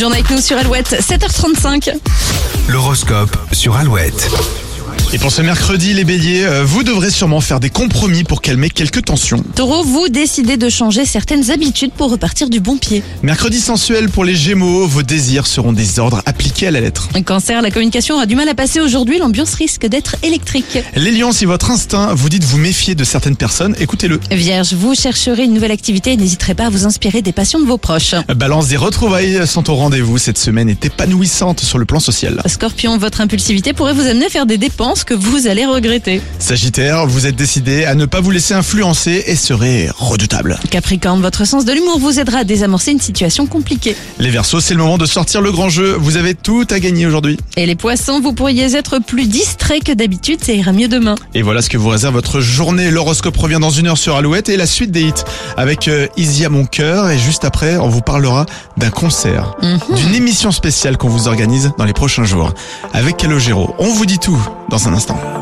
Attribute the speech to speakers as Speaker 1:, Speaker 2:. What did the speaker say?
Speaker 1: Journée avec nous sur Alouette, 7h35.
Speaker 2: L'horoscope sur Alouette.
Speaker 3: Et pour ce mercredi, les béliers, euh, vous devrez sûrement faire des compromis pour calmer quelques tensions.
Speaker 1: Taureau, vous décidez de changer certaines habitudes pour repartir du bon pied.
Speaker 3: Mercredi sensuel pour les gémeaux, vos désirs seront des ordres appliqués à la lettre.
Speaker 1: Cancer, la communication aura du mal à passer aujourd'hui, l'ambiance risque d'être électrique.
Speaker 3: Les lions, si votre instinct vous dit de vous méfier de certaines personnes, écoutez-le.
Speaker 1: Vierge, vous chercherez une nouvelle activité et n'hésiterez pas à vous inspirer des passions de vos proches.
Speaker 3: Balance des retrouvailles sont au rendez-vous. Cette semaine est épanouissante sur le plan social.
Speaker 1: Scorpion, votre impulsivité pourrait vous amener à faire des dépenses que vous allez regretter.
Speaker 3: Sagittaire, vous êtes décidé à ne pas vous laisser influencer et serez redoutable.
Speaker 1: Capricorne, votre sens de l'humour vous aidera à désamorcer une situation compliquée.
Speaker 3: Les versos, c'est le moment de sortir le grand jeu. Vous avez tout à gagner aujourd'hui.
Speaker 1: Et les poissons, vous pourriez être plus distrait que d'habitude, ça ira mieux demain.
Speaker 3: Et voilà ce que vous réserve votre journée. L'horoscope revient dans une heure sur Alouette et la suite des hits avec euh, Easy à mon cœur. Et juste après, on vous parlera d'un concert, d'une émission spéciale qu'on vous organise dans les prochains jours avec Calogero. On vous dit tout dans un instant.